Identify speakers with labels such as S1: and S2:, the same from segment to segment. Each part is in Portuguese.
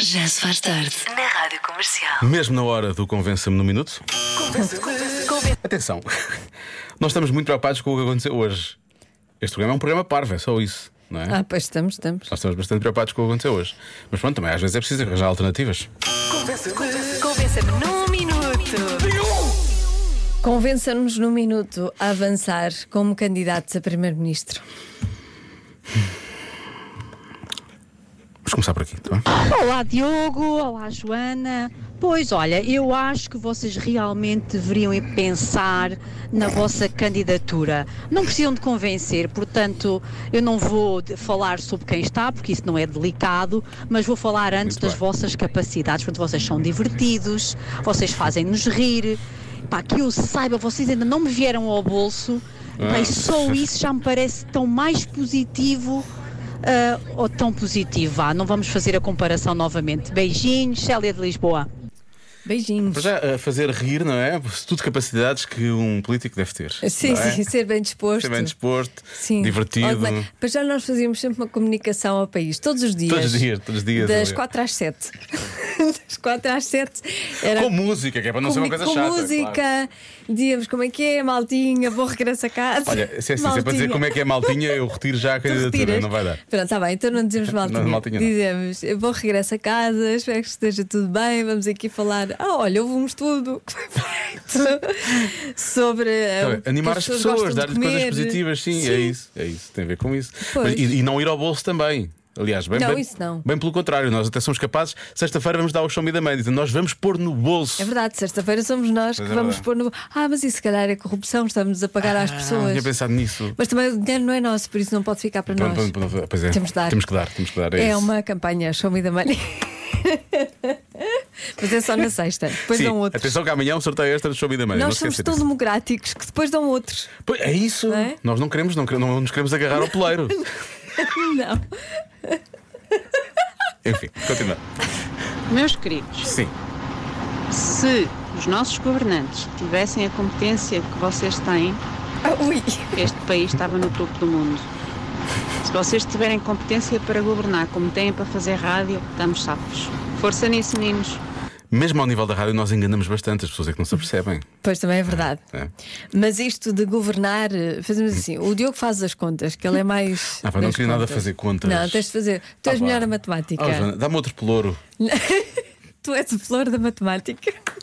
S1: Já se faz tarde.
S2: Na Rádio Comercial.
S3: Mesmo na hora do Convença-me no Minuto. Atenção, nós estamos muito preocupados com o que aconteceu hoje. Este programa é um programa parvo, é só isso, não é?
S4: Ah, pois estamos, estamos.
S3: Nós estamos bastante preocupados com o que aconteceu hoje. Mas pronto, também às vezes é preciso arranjar alternativas.
S2: Convença-me num minuto.
S4: Convença-nos num minuto a avançar como candidatos a primeiro-ministro.
S3: Vamos começar por aqui, tá bem?
S5: Olá Diogo, olá Joana. Pois olha, eu acho que vocês realmente deveriam ir pensar na vossa candidatura. Não precisam de convencer, portanto, eu não vou de- falar sobre quem está, porque isso não é delicado, mas vou falar antes
S3: Muito
S5: das
S3: bem.
S5: vossas capacidades. Portanto, vocês são divertidos, vocês fazem-nos rir. Pá, que eu saiba, vocês ainda não me vieram ao bolso, mas só isso já me parece tão mais positivo ah, ou tão positivo. Vá, não vamos fazer a comparação novamente. Beijinhos, Célia de Lisboa.
S4: Beijinhos.
S3: Para já, a fazer rir, não é? Tudo capacidades que um político deve ter.
S4: Sim,
S3: não é?
S4: sim, ser bem disposto.
S3: Ser bem disposto,
S4: Sim.
S3: divertido.
S4: Olha, bem, Para já nós fazíamos sempre uma comunicação ao país, todos os dias.
S3: Todos os dias, todos os dias,
S4: Das
S3: aliás.
S4: 4 às 7. das 4 às 7. Era
S3: Com música, que é para não ser uma
S4: comuni-
S3: coisa
S4: com
S3: chata.
S4: música,
S3: claro.
S4: dizíamos como é que é, maltinha, bom regresso a casa.
S3: Olha, se é, assim, se é para dizer
S4: Maltinha.
S3: como é que é maltinha, eu retiro já a
S4: Tu
S3: candidatura,
S4: retiras.
S3: tipo, não vai dar.
S4: Pronto, está bem, então não dizemos maltinha.
S3: Não, maltinha não.
S4: Dizemos, bom regresso a casa, espero que esteja tudo bem. Vamos aqui falar. Ah, olha, houve um estudo que foi feito sobre. eh,
S3: Tá
S4: o
S3: bem,
S4: que
S3: Animar as pessoas,
S4: gostam de
S3: dar-lhes coisas
S4: comer.
S3: positivas, sim, é isso, é isso, tem a ver com isso.
S4: Pois.
S3: Mas- e, e não ir ao bolso também. Aliás, bem,
S4: Não,
S3: bem,
S4: isso não.
S3: bem pelo contrário, nós até somos capazes. Sexta-feira vamos dar o show me da meia, então nós vamos pôr no bolso.
S4: É verdade, sexta-feira somos nós
S3: Pois
S4: que
S3: é
S4: vamos
S3: verdade.
S4: pôr no. Ah, mas isso se calhar é corrupção, estamos a pagar às
S3: Ah, não
S4: pessoas.
S3: tinha pensado nisso.
S4: Mas também o dinheiro não é nosso, por isso não pode ficar para
S3: Pronto,
S4: nós.
S3: pronto, pronto, pois é,
S4: Temos de dar.
S3: Temos que dar, temos que dar. É,
S4: é
S3: isso.
S4: uma campanha, show me the money. mas é só na sexta, depois
S3: Sim,
S4: dão outros.
S3: Atenção que amanhã é um sorteio extra do show me da meia. não
S4: Nós
S3: se
S4: somos
S3: esqueça
S4: tão
S3: disso.
S4: democráticos que depois dão outros.
S3: Pois, É isso.
S4: Não é?
S3: Nós não queremos, não, quer- não nos queremos agarrar ao poleiro.
S4: Não.
S3: Enfim, continua.
S6: Meus queridos,
S3: Sim.
S6: se os nossos governantes tivessem a competência que vocês têm,
S4: Ah, ui.
S6: este país estava no topo do mundo. Se vocês tiverem competência para governar, como têm para fazer rádio, estamos sapos. Força nisso, meninos.
S3: Mesmo ao nível da rádio, nós enganamos bastante, as pessoas é que não se apercebem.
S4: Pois também é verdade.
S3: É. Hum.
S4: Mas isto de governar, eh, fazemos assim: o Diogo faz as contas, que ele é mais.
S3: Ah, pá, não
S4: das
S3: queria nada
S4: contas.
S3: fazer contas.
S4: Não, tens de fazer. Tu
S3: Ah,
S4: és
S3: pá.
S4: melhor a matemática.
S3: Oh, Joana, dá-me outro pelouro.
S4: Tu és o flor da matemática.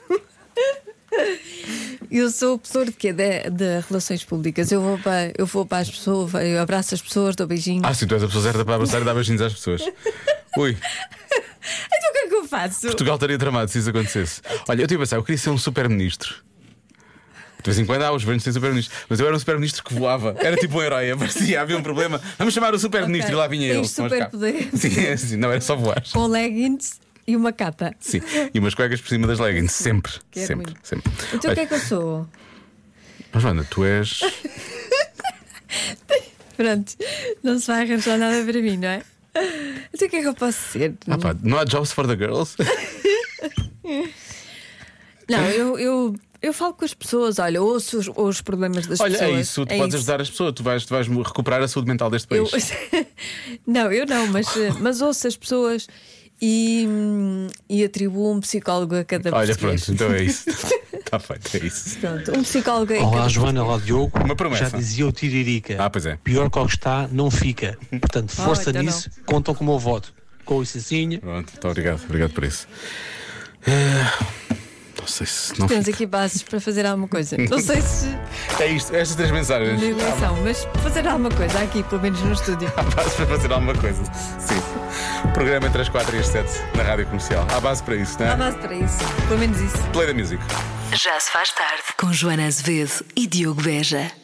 S4: Eu sou o flor de quê? De, de relações públicas. Eu vou, para, eu vou para as pessoas, eu abraço as pessoas, dou beijinhos.
S3: Ah, sim, tu és a pessoa certa para abraçar e dar beijinhos às pessoas. Ui,
S4: Então o que é que eu faço?
S3: Portugal estaria tramado se isso acontecesse. Olha, eu tive a pensar, eu queria ser um super-ministro. De vez em quando há os governos têm super-ministro, mas eu era um super-ministro que voava. Era tipo um herói, aparecia, havia um problema. Vamos chamar o super-ministro
S4: Ok.
S3: e lá vinha
S4: Tens
S3: ele. com as capas.
S4: superpoderes.
S3: Sim, é assim, não era só voar.
S4: Com leggings e uma capa.
S3: Sim, e umas cuecas por cima das leggings, sempre.
S4: Quero
S3: sempre,
S4: muito.
S3: sempre.
S4: Então o que é que eu sou?
S3: Mas, Joana, tu és.
S4: Pronto, não se vai arranjar nada para mim, não é? Então o que é que eu posso ser?
S3: Ah, pá, não há jobs for the girls?
S4: Não,
S3: é.
S4: eu, eu, eu falo com as pessoas, olha, ouço os, os problemas das
S3: Olha,
S4: pessoas.
S3: é isso, tu
S4: É
S3: podes
S4: isso.
S3: ajudar as pessoas, tu vais, tu vais recuperar a saúde mental deste
S4: Eu-
S3: país.
S4: não, eu não, mas, eh, mas ouço as pessoas e, hum, e atribuo um psicólogo a cada
S3: Olha,
S4: português.
S3: pronto, então é isso. Está feito, é isso.
S4: Pronto, um psicólogo a
S7: Olá
S4: cada
S7: Joana, olá Diogo.
S3: Uma promessa.
S7: Já dizia o Tiririca.
S3: Ah, pois é.
S7: Pior que o que está, não fica. Portanto,
S4: Ah,
S7: força
S4: então
S7: nisso, contam com o meu voto. Com licencinha.
S3: Pronto, muito obrigado, obrigado por isso. Ah, Não sei se não
S4: Temos
S3: fica.
S4: aqui bases para fazer alguma coisa. Não sei se
S3: É isto, estas três mensagens.
S4: na eleição, mas fazer alguma coisa aqui, pelo menos no estúdio.
S3: Há base para fazer alguma coisa. Sim. Programa entre as 4 e as 7 na rádio comercial. Há base para isso, não
S4: Há
S3: é?
S4: base para isso, pelo menos isso.
S3: Play da music.
S2: Já se faz tarde.
S1: Com Joana Azevedo e Diogo Beja.